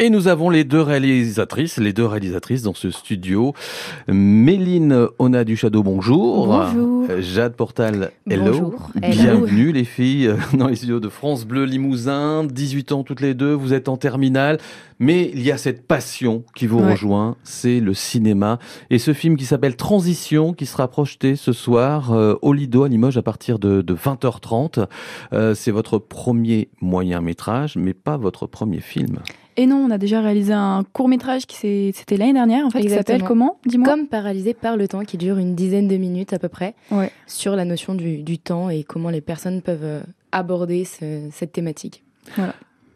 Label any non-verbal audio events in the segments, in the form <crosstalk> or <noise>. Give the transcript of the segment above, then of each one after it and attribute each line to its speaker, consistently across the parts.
Speaker 1: Et nous avons les deux réalisatrices, les deux réalisatrices dans ce studio. Méline Ona du Château, bonjour. Euh,
Speaker 2: Bonjour.
Speaker 1: Jade Portal, hello.
Speaker 2: Bonjour, hello.
Speaker 1: Bienvenue les filles <laughs> dans les studios de France Bleu Limousin. 18 ans toutes les deux, vous êtes en terminale. Mais il y a cette passion qui vous
Speaker 2: Ouais.
Speaker 1: rejoint, c'est le cinéma. Et ce film qui s'appelle Transition, qui sera projeté ce soir euh, au Lido à Limoges à partir de, de 20h30. Euh, c'est votre premier moyen métrage, mais pas votre premier film.
Speaker 3: Et non, on a déjà réalisé un court métrage qui s'est- c'était l'année dernière en fait, qui
Speaker 2: Exactement.
Speaker 3: s'appelle comment Dis-moi.
Speaker 2: Comme paralysé par le temps, qui dure une dizaine de minutes à peu près,
Speaker 3: Ouais.
Speaker 2: sur la notion du, du temps et comment les personnes peuvent euh, aborder ce- cette thématique.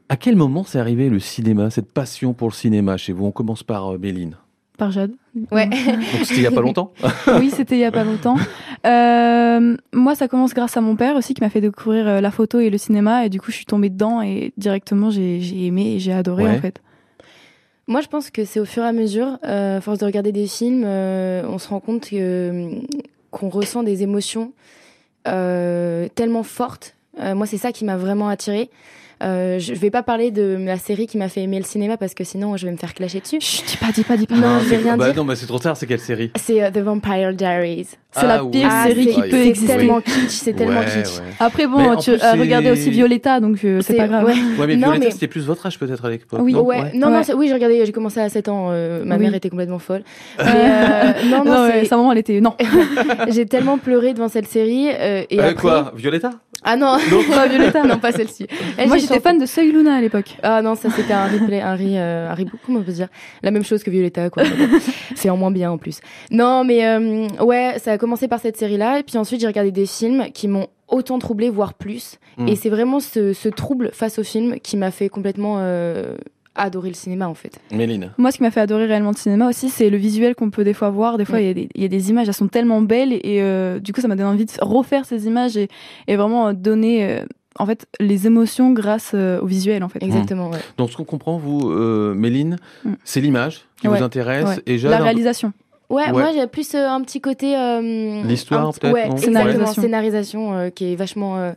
Speaker 1: À quel moment c'est arrivé le cinéma, cette passion pour le cinéma chez vous On commence par euh, Méline.
Speaker 3: Par Jade.
Speaker 2: Ouais.
Speaker 1: Donc c'était il n'y
Speaker 2: <laughs>
Speaker 1: a pas longtemps
Speaker 3: <laughs> oui, c'était il y a pas longtemps. Euh, moi, ça commence grâce à mon père aussi qui m'a fait découvrir euh, la photo et le cinéma et du coup, je suis tombée dedans et directement j'ai j'ai aimé et j'ai adoré
Speaker 1: Ouais.
Speaker 3: en fait.
Speaker 2: Moi, je pense que c'est au fur et à mesure, euh, à force de regarder des films, euh, on se rend compte que, mm, qu'on ressent des émotions euh, tellement fortes. Euh, moi, c'est ça qui m'a vraiment attirée. Euh, je ne vais pas parler de la série qui m'a fait aimer le cinéma parce que sinon, je vais me faire clasher dessus.
Speaker 3: Chut, dis pas, dis pas, dis pas.
Speaker 2: Non,
Speaker 1: Ah,
Speaker 2: je
Speaker 1: c'est-
Speaker 2: vais rien
Speaker 1: bah
Speaker 2: dire.
Speaker 1: Non, mais c'est trop tard, c'est quelle série
Speaker 2: C'est euh, The Vampire Diaries.
Speaker 3: C'est la
Speaker 1: oui.
Speaker 3: pire
Speaker 1: Ah,
Speaker 3: série qui
Speaker 1: oui.
Speaker 3: peut
Speaker 2: c'est
Speaker 3: exister.
Speaker 2: tellement kitsch, c'est tellement
Speaker 1: Ouais,
Speaker 2: kitsch.
Speaker 1: ouais.
Speaker 3: Après,
Speaker 1: Mais
Speaker 3: bon,
Speaker 1: en
Speaker 3: tu
Speaker 1: plus,
Speaker 3: euh, regardez
Speaker 1: c'est-
Speaker 3: aussi Violetta, donc euh, c'est pas grave.
Speaker 2: Ouais.
Speaker 1: Ouais, mais
Speaker 2: Non,
Speaker 1: Violetta,
Speaker 2: mais-
Speaker 1: c'était plus votre âge peut-être à l'époque.
Speaker 3: Oui.
Speaker 1: non
Speaker 2: ouais.
Speaker 1: Ouais.
Speaker 2: Non, non,
Speaker 3: Ouais.
Speaker 2: c'est- oui, j'ai regardé, j'ai commencé à 7 ans, euh, ma
Speaker 3: Oui.
Speaker 2: mère était complètement folle.
Speaker 3: Euh,
Speaker 2: Mais, euh,
Speaker 3: <laughs>
Speaker 2: non, non,
Speaker 3: non, ouais,
Speaker 2: c'est-
Speaker 3: sa maman, elle était.
Speaker 2: <laughs>
Speaker 3: Non,
Speaker 2: j'ai tellement pleuré devant cette série. euh, et
Speaker 1: Euh,
Speaker 2: après...
Speaker 1: Quoi
Speaker 2: <laughs>
Speaker 1: Violetta
Speaker 2: Ah non,
Speaker 1: Non.
Speaker 3: pas Violetta.
Speaker 2: non, pas celle-ci. Elle,
Speaker 3: Moi,
Speaker 2: j'ai
Speaker 3: j'étais
Speaker 2: chanté-
Speaker 3: fan de Soy Luna à l'époque.
Speaker 2: Ah non, ça c'était un replay, un, re, euh, un reboot, comment on peut dire La même chose que Violetta, quoi. Mais bon, <laughs> C'est en moins bien en plus. Non, mais euh, ouais, ça a commencé par cette série-là, et puis ensuite j'ai regardé des films qui m'ont autant troublé, voire plus.
Speaker 1: Mm.
Speaker 2: Et c'est vraiment ce, ce trouble face au film qui m'a fait complètement euh, adorer le cinéma en fait.
Speaker 1: Méline.
Speaker 3: Moi, ce qui m'a fait adorer réellement le cinéma aussi, c'est le visuel qu'on peut des fois voir. Des
Speaker 2: Mm.
Speaker 3: fois, il y a des- il y, a des images, elles sont tellement belles. Et euh, du coup, ça m'a donné envie de refaire ces images et, et vraiment euh, donner, euh, en fait, les émotions grâce euh, au visuel,
Speaker 1: Hmm.
Speaker 3: en fait.
Speaker 2: Exactement, ouais.
Speaker 1: Donc ce qu'on comprend, vous, euh, Méline,
Speaker 3: Mm.
Speaker 1: c'est l'image qui
Speaker 3: Ouais.
Speaker 1: vous intéresse
Speaker 3: Ouais.
Speaker 1: et Jade,
Speaker 3: La
Speaker 1: un-
Speaker 3: réalisation.
Speaker 2: Ouais,
Speaker 1: Ouais.
Speaker 2: moi j'ai plus euh, un petit côté. euh,
Speaker 1: L'histoire,
Speaker 2: un petit-
Speaker 1: peut-être,
Speaker 2: Ouais,
Speaker 1: non
Speaker 2: exactement,
Speaker 3: Scénarisation.
Speaker 2: scénarisation euh, qui est vachement. euh,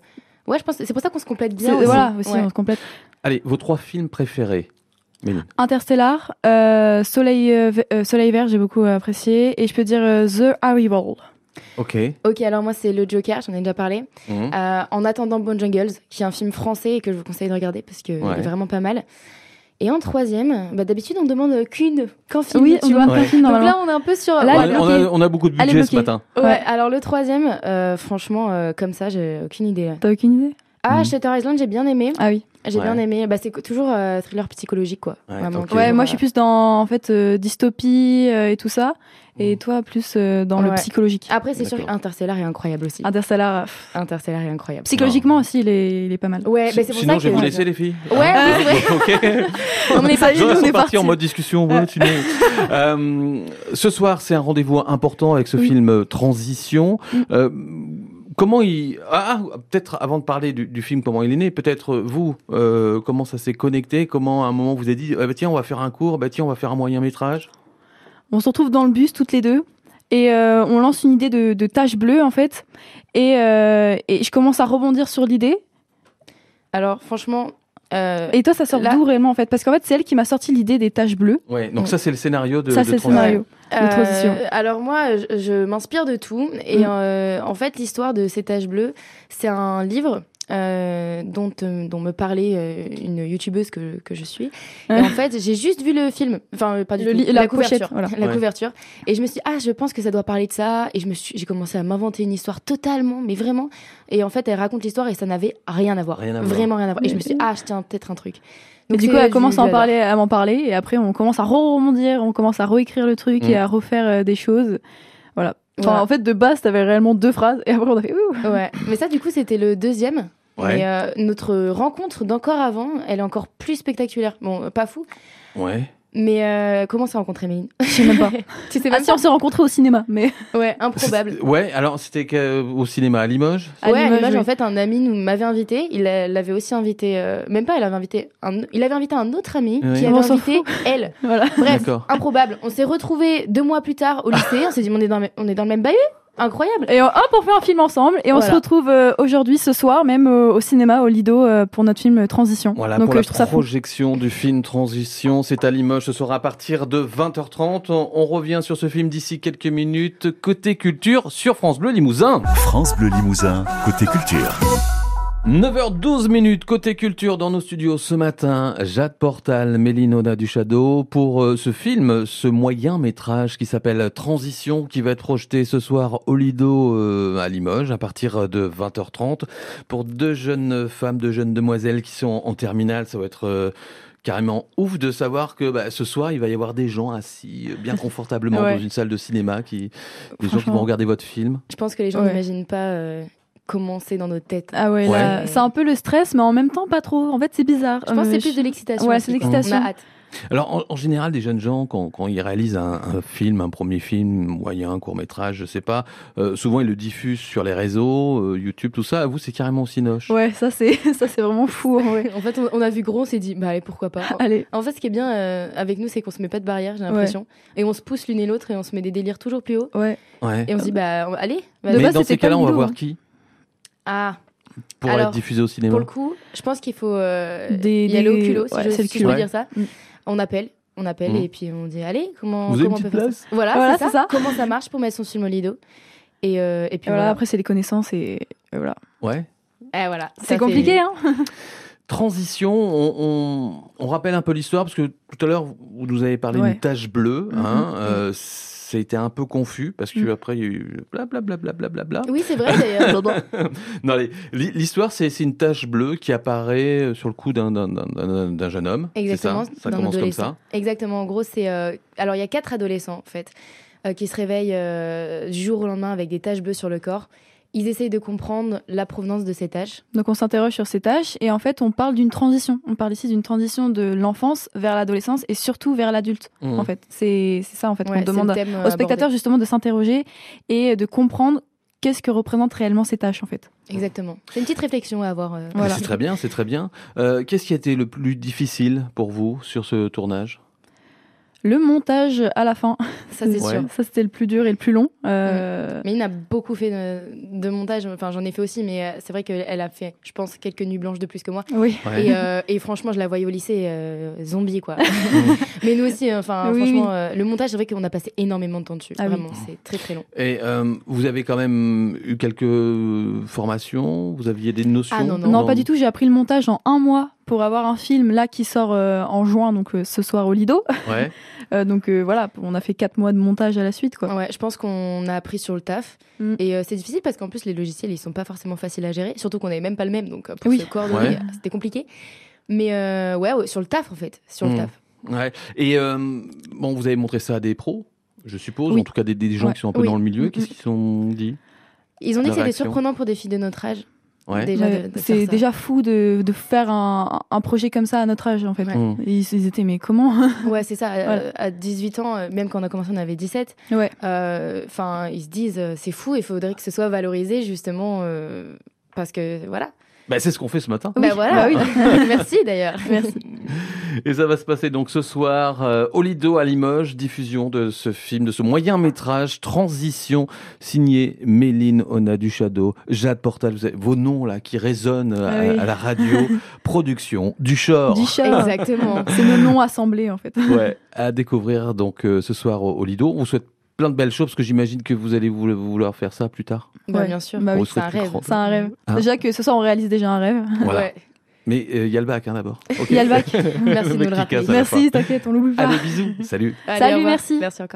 Speaker 2: Ouais, je pense que c'est pour ça qu'on se complète bien.
Speaker 3: C'est-
Speaker 2: aussi.
Speaker 3: Voilà, aussi, hein.
Speaker 2: Ouais.
Speaker 3: on se complète.
Speaker 1: Allez, vos trois films préférés. Méline.
Speaker 3: Interstellar, euh, Soleil, euh, v- euh, Soleil Vert, j'ai beaucoup apprécié. Et je peux dire euh, The Arrival.
Speaker 1: Ok.
Speaker 2: Ok, alors moi c'est le Joker, j'en ai déjà parlé.
Speaker 1: Mhm.
Speaker 2: Euh, en attendant Bon Jungles, qui est un film français et que je vous conseille de regarder parce que
Speaker 1: Ouais.
Speaker 2: il est vraiment pas mal. Et en troisième, bah, d'habitude on demande qu'une, qu'un film.
Speaker 3: Oui, on
Speaker 2: tu
Speaker 3: doit
Speaker 2: vois.
Speaker 1: Ouais.
Speaker 3: un film
Speaker 2: Donc
Speaker 3: normalement.
Speaker 2: là on est un peu sur.
Speaker 3: Là,
Speaker 1: on,
Speaker 3: elle
Speaker 1: a,
Speaker 3: est
Speaker 1: on a-
Speaker 3: bloquée.
Speaker 1: on a beaucoup de
Speaker 3: Elle est
Speaker 1: budget ce
Speaker 3: bloquée.
Speaker 1: matin.
Speaker 2: Ouais,
Speaker 3: Ouais.
Speaker 2: alors le troisième, euh, franchement, euh, comme ça, j'ai aucune idée. là.
Speaker 3: T'as aucune idée
Speaker 2: Ah,
Speaker 1: Mhm.
Speaker 2: Shutter Island, j'ai bien aimé.
Speaker 3: Ah oui.
Speaker 2: J'ai
Speaker 1: Ouais.
Speaker 2: bien aimé. Bah, c'est co- toujours euh, thriller psychologique, quoi.
Speaker 1: Ouais,
Speaker 2: Vraiment,
Speaker 1: ok.
Speaker 2: toujours,
Speaker 3: Ouais, moi, je
Speaker 2: euh,
Speaker 3: suis plus dans, en fait, euh, dystopie euh, et tout ça. Et
Speaker 1: Mm.
Speaker 3: toi, plus euh, dans le
Speaker 2: Ouais. Ah.
Speaker 3: psychologique.
Speaker 2: Après, c'est sûr
Speaker 1: D'accord.
Speaker 2: Interstellar est incroyable aussi.
Speaker 3: Ah. Interstellar, pff,
Speaker 2: Interstellar est incroyable.
Speaker 3: Psychologiquement aussi, il est, il est pas mal.
Speaker 2: Ouais, bah, c'est pour
Speaker 1: Sinon,
Speaker 2: ça
Speaker 1: je vais
Speaker 2: que-
Speaker 1: vous laisser les Ah. filles.
Speaker 2: Ouais, oui, ouais.
Speaker 1: <laughs> Ok.
Speaker 2: on
Speaker 1: <laughs>
Speaker 2: est
Speaker 3: Ça y est,
Speaker 1: Ils
Speaker 3: nous,
Speaker 1: sont
Speaker 3: on Ah, est
Speaker 1: partis
Speaker 3: Ah. partis.
Speaker 1: en mode discussion. ouais, tu mets. Euh, ce soir, c'est un rendez-vous important avec ce
Speaker 3: Oui.
Speaker 1: film euh, Transition.
Speaker 3: Mm.
Speaker 1: Euh, comment il. Ah, ah, peut-être avant de parler du, du film, comment il est né, peut-être euh, vous, euh, comment ça s'est connecté, comment à un moment vous avez dit eh ben, tiens, on va faire un court, bah, tiens, on va faire un moyen métrage.
Speaker 3: On se retrouve dans le bus toutes les deux et euh, on lance une idée de, de tache bleue en fait. Et, euh, et je commence à rebondir sur l'idée.
Speaker 2: Alors, franchement, euh,
Speaker 3: Et toi, ça sort
Speaker 2: Là-
Speaker 3: d'où réellement en fait Parce qu'en fait, c'est elle qui m'a sorti l'idée des taches bleues.
Speaker 1: Ouais, donc
Speaker 2: Ouais.
Speaker 1: ça, c'est le scénario de,
Speaker 3: ça,
Speaker 1: de
Speaker 3: c'est le
Speaker 1: Transition.
Speaker 3: scénario. Une transition.
Speaker 2: euh, alors moi, je, je m'inspire de tout. Et
Speaker 3: Mm.
Speaker 2: euh, en fait, l'histoire de Ces taches bleues, c'est un livre euh, dont, euh, dont me parlait euh, une youtubeuse que, que je suis. Et
Speaker 3: Ouais.
Speaker 2: en fait, j'ai juste vu le film. Enfin, euh, pas du
Speaker 3: Le
Speaker 2: tout.
Speaker 3: li- la pochette,
Speaker 2: couverture.
Speaker 3: voilà.
Speaker 2: <laughs> La
Speaker 1: Ouais.
Speaker 2: couverture. Et je me suis dit, ah, je pense que ça doit parler de ça. Et je me suis- j'ai commencé à m'inventer une histoire totalement, mais vraiment. Et en fait, elle raconte l'histoire et ça n'avait rien à voir.
Speaker 1: Rien à voir.
Speaker 2: vraiment rien à voir. Et je me suis dit, ah, je tiens peut-être un truc.
Speaker 3: et
Speaker 2: Donc,
Speaker 3: du
Speaker 2: c'est-
Speaker 3: coup, elle
Speaker 2: je-
Speaker 3: commence à
Speaker 2: je
Speaker 3: en
Speaker 2: l'adore.
Speaker 3: parler, à m'en parler, et après, on commence à rebondir, on commence à réécrire le truc
Speaker 1: Mm.
Speaker 3: et à refaire euh, des choses. Voilà. Enfin,
Speaker 2: Voilà.
Speaker 3: en fait, de base, t'avais réellement deux phrases, et après, on a fait ouh.
Speaker 2: Ouais, mais ça, du coup, c'était le deuxième.
Speaker 1: Ouais.
Speaker 2: Et euh, notre rencontre d'encore avant, elle est encore plus spectaculaire. Bon, euh, pas fou,
Speaker 1: Ouais.
Speaker 2: mais euh, comment s'est rencontrée Méline
Speaker 3: Je sais même pas.
Speaker 2: <laughs> Tu sais
Speaker 3: ah, si, on s'est rencontrés au cinéma, mais.
Speaker 2: Ouais, improbable.
Speaker 1: C'est- Ouais, alors c'était que- euh, au cinéma à Limoges.
Speaker 3: À
Speaker 2: ouais, à
Speaker 3: Limoges,
Speaker 2: Limoges,
Speaker 3: oui.
Speaker 2: en fait, un ami nous m'avait invité. Il a- l'avait aussi invité, euh, même pas, il avait invité un, il avait invité un autre ami
Speaker 1: Oui.
Speaker 2: qui
Speaker 3: On
Speaker 2: avait
Speaker 3: s'en
Speaker 2: invité elle.
Speaker 3: Voilà.
Speaker 1: <laughs>
Speaker 2: Bref,
Speaker 1: D'accord.
Speaker 2: improbable. On s'est retrouvés deux mois plus tard au lycée. On s'est dit, mais on est dans, le- on est dans le même bahut Incroyable.
Speaker 3: Et euh, hop, on fait un film ensemble et on
Speaker 2: Voilà.
Speaker 3: se retrouve euh, aujourd'hui, ce soir, même euh, au cinéma, au Lido, euh, pour notre film euh, Transition.
Speaker 1: Voilà,
Speaker 3: Donc
Speaker 1: pour
Speaker 3: euh,
Speaker 1: la
Speaker 3: je trouve ça fou.
Speaker 1: projection du film Transition, c'est à Limoges, ce sera à partir de 20h30. On, on revient sur ce film d'ici quelques minutes, côté culture, sur France Bleu Limousin.
Speaker 4: France Bleu Limousin, côté culture.
Speaker 1: 9h12 minutes, côté culture, dans nos studios ce matin, Jade Portal, Mélinona Duchadeau, pour euh, ce film, ce moyen métrage qui s'appelle Transition, qui va être projeté ce soir au Lido euh, à Limoges à partir de 20h30 pour deux jeunes femmes, deux jeunes demoiselles qui sont en, en terminale. Ça va être euh, carrément ouf de savoir que bah, ce soir, il va y avoir des gens assis euh,
Speaker 3: <laughs>
Speaker 1: bien confortablement
Speaker 3: Ouais.
Speaker 1: dans une salle de cinéma, qui, des gens qui
Speaker 3: Franchement.
Speaker 1: vont regarder votre film.
Speaker 2: Je pense que les gens
Speaker 3: Ouais.
Speaker 2: n'imaginent pas euh, comment c'est dans nos têtes.
Speaker 3: Ah ouais,
Speaker 1: Ouais.
Speaker 3: là, c'est un peu le stress, mais en même temps, pas trop. En fait, c'est bizarre.
Speaker 2: Je pense que
Speaker 3: Euh,
Speaker 2: c'est plus de l'excitation.
Speaker 3: Ouais,
Speaker 2: aussi.
Speaker 3: c'est de l'excitation.
Speaker 2: On a hâte.
Speaker 1: Alors, en, en général, des jeunes gens, quand, quand ils réalisent un, un film, un premier film, moyen, court-métrage, je sais pas, euh, souvent ils le diffusent sur les réseaux, euh, YouTube, tout ça. À vous, c'est carrément aussi noche.
Speaker 3: Ouais, ça, c'est <laughs> ça, c'est vraiment fou. en vrai.
Speaker 2: En fait, on, on a vu gros, on s'est dit, bah <laughs> allez, pourquoi pas.
Speaker 3: Allez.
Speaker 2: En fait, ce qui est bien euh, avec nous, c'est qu'on se met pas de barrière, j'ai l'impression. Et on se pousse l'une et l'autre et on se met des délires toujours plus haut.
Speaker 3: Ouais.
Speaker 1: Ouais.
Speaker 2: Et on se dit, bah on- allez, vas-y.
Speaker 3: De
Speaker 1: Mais
Speaker 3: base,
Speaker 1: dans ces
Speaker 3: c'était
Speaker 1: cas-là,
Speaker 3: comme
Speaker 1: on va
Speaker 3: nous,
Speaker 1: voir
Speaker 3: hein.
Speaker 1: qui
Speaker 2: Ah,
Speaker 1: pour
Speaker 2: Alors,
Speaker 1: être diffusé au cinéma
Speaker 2: pour le coup, je pense qu'il faut euh,
Speaker 3: Des-
Speaker 2: y aller au
Speaker 3: des-
Speaker 2: culot, si
Speaker 3: ouais,
Speaker 2: je,
Speaker 3: c'est le
Speaker 2: si je peux
Speaker 1: culot.
Speaker 2: dire ça.
Speaker 3: Mm.
Speaker 2: On appelle, on appelle
Speaker 1: Mm.
Speaker 2: et puis on dit, allez, comment,
Speaker 1: Vous avez
Speaker 2: comment
Speaker 1: une
Speaker 2: on peut
Speaker 1: petite
Speaker 2: faire
Speaker 1: place
Speaker 2: ça Voilà,
Speaker 3: Voilà,
Speaker 2: c'est ça.
Speaker 3: c'est ça.
Speaker 2: Comment ça marche pour mettre son film au lido et, euh, et puis
Speaker 3: Et voilà,
Speaker 2: voilà.
Speaker 3: après, c'est les connaissances et et voilà.
Speaker 1: Ouais.
Speaker 2: Eh, voilà. Ça,
Speaker 3: C'est compliqué, hein
Speaker 1: Transition, on, on- on rappelle un peu l'histoire, parce que tout à l'heure, vous nous avez parlé
Speaker 3: Ouais.
Speaker 1: d'une tache bleue. Hein,
Speaker 3: Mhm.
Speaker 1: euh, c'était un peu confus, parce
Speaker 3: Mhm.
Speaker 1: qu'après, il y a eu blablabla. Bla, bla, bla,
Speaker 3: hein.
Speaker 1: bla.
Speaker 2: Oui, c'est vrai d'ailleurs.
Speaker 1: Non, les- l'hi- l'histoire, c'est c'est une tache bleue qui apparaît euh, sur le cou d'un d'un- d'un- d'un- d'un jeune homme. c'est
Speaker 2: Exactement.
Speaker 1: Ça, ça
Speaker 2: d'un
Speaker 1: commence comme
Speaker 2: adolescent.
Speaker 1: ça.
Speaker 2: Exactement. En gros, c'est. euh, Alors, il y a quatre adolescents, en fait, euh, qui se réveillent euh, du jour au lendemain avec des taches bleues sur le corps. Ils essayent de comprendre la provenance de ces taches.
Speaker 3: Donc on s'interroge sur ces tâches et en fait on parle d'une transition. On parle ici d'une transition de l'enfance vers l'adolescence et surtout vers l'adulte.
Speaker 1: Mhm.
Speaker 3: En fait, c'est c'est ça en fait
Speaker 2: Ouais,
Speaker 3: qu'on
Speaker 2: c'est le
Speaker 3: demande à-
Speaker 2: thème, euh,
Speaker 3: aux spectateurs justement de s'interroger et de comprendre qu'est-ce que représentent réellement ces tâches en fait.
Speaker 2: abordé. Exactement. C'est une petite réflexion à avoir. euh,
Speaker 1: Mais
Speaker 3: Voilà.
Speaker 1: C'est très bien, c'est très bien. Euh, Qu'est-ce qui a été le plus difficile pour vous sur ce tournage
Speaker 3: Le montage à la fin,
Speaker 2: Ça,
Speaker 3: <laughs>
Speaker 2: c'est
Speaker 1: Ouais.
Speaker 2: sûr. Mm.
Speaker 3: ça c'était le plus dur et le plus long. Euh,
Speaker 2: Mais il a beaucoup fait de, de montage. Enfin, j'en ai fait aussi, mais euh, c'est vrai qu'elle a fait, je pense, quelques nuits blanches de plus que moi.
Speaker 3: Oui.
Speaker 2: Et, euh, et franchement, je la voyais au lycée euh,
Speaker 1: <laughs>
Speaker 2: zombie, quoi. mais nous aussi, euh, enfin,
Speaker 3: Oui,
Speaker 2: franchement,
Speaker 3: oui.
Speaker 2: euh, le montage, c'est vrai qu'on a passé énormément de temps dessus.
Speaker 3: Ah oui.
Speaker 2: Vraiment, c'est très très long.
Speaker 1: Et euh, vous avez quand même eu quelques euh, formations Vous aviez des notions
Speaker 2: Ah non, non.
Speaker 3: Non, pas du tout. J'ai appris le montage en un mois pour avoir un film là qui sort euh, en juin, donc euh, ce soir au Lido. <laughs>
Speaker 1: Ouais.
Speaker 3: Euh, donc euh, voilà, on a fait quatre mois de montage à la suite quoi.
Speaker 2: Ouais, je pense qu'on a appris sur le taf.
Speaker 3: Mm.
Speaker 2: Et euh, c'est difficile parce qu'en plus, les logiciels, ils sont pas forcément faciles à gérer. Surtout qu'on n'avait même pas le même. Donc, euh, pour
Speaker 3: Oui.
Speaker 2: se coordonner,
Speaker 1: Ouais.
Speaker 2: c'était compliqué. Mais euh, ouais, ouais, sur le taf, en fait. Sur le
Speaker 1: Mm.
Speaker 2: taf.
Speaker 1: Ouais. Et euh, bon, vous avez montré ça à des pros, je suppose,
Speaker 3: Oui.
Speaker 1: en tout cas des, des gens
Speaker 3: Ouais.
Speaker 1: qui sont un peu
Speaker 2: Oui.
Speaker 1: dans le milieu.
Speaker 3: Mhm.
Speaker 1: Qu'est-ce qu'ils sont dit
Speaker 2: Ils ont
Speaker 1: La
Speaker 2: dit que c'était
Speaker 1: réaction.
Speaker 2: surprenant pour des filles de notre âge.
Speaker 1: Ouais.
Speaker 2: Déjà,
Speaker 3: Ouais,
Speaker 2: de- de faire
Speaker 3: c'est
Speaker 2: ça.
Speaker 3: déjà fou de, de faire un, un projet comme ça à notre âge en fait.
Speaker 2: Ouais.
Speaker 1: Mhm.
Speaker 3: Ils, ils étaient mais comment <laughs>
Speaker 2: Ouais, c'est ça. à-
Speaker 3: Voilà.
Speaker 2: À 18 ans, euh, même quand on a commencé, on avait 17.
Speaker 3: Ouais.
Speaker 2: Euh, Enfin, ils se disent, euh, c'est fou, il faudrait que ce soit valorisé, justement, euh, parce que voilà.
Speaker 1: Bah, c'est ce qu'on fait ce matin.
Speaker 2: Bah voilà, oui. <laughs> Merci d'ailleurs.
Speaker 3: Merci.
Speaker 1: Et ça va se passer donc ce soir euh, au Lido à Limoges, diffusion de ce film, de ce moyen métrage Transition, signé Méline Ona Duchadeau, Jade Portal, vous avez vos noms là qui résonnent à,
Speaker 3: Ah oui.
Speaker 1: à la radio, production du Shore.
Speaker 3: Du chat.
Speaker 2: Exactement.
Speaker 3: C'est nos noms assemblés en fait.
Speaker 1: Ouais, à découvrir donc euh, ce soir au, au Lido. On vous souhaite plein de belles choses parce que j'imagine que vous allez vou- vouloir faire ça plus tard.
Speaker 2: Bah,
Speaker 3: Ouais.
Speaker 2: bien sûr.
Speaker 3: Bah oui,
Speaker 1: On
Speaker 2: c'est un
Speaker 1: souhaite une
Speaker 2: rêve.
Speaker 1: grande-
Speaker 3: C'est un rêve.
Speaker 1: Hein
Speaker 3: Déjà que ce soir on réalise déjà un rêve.
Speaker 1: Voilà.
Speaker 2: Ouais.
Speaker 1: Mais euh, il y a le bac hein, d'abord. Ok.
Speaker 3: Il y a le bac.
Speaker 1: <laughs>
Speaker 2: Merci de
Speaker 1: mec
Speaker 2: nous le
Speaker 1: qui
Speaker 2: rappeler.
Speaker 1: casse à la
Speaker 3: Merci, t'inquiète, on l'oublie
Speaker 1: fin.
Speaker 3: pas.
Speaker 1: Allez, bisous. Salut.
Speaker 2: Allez,
Speaker 3: Salut,
Speaker 2: au revoir.
Speaker 3: merci.
Speaker 2: Merci encore.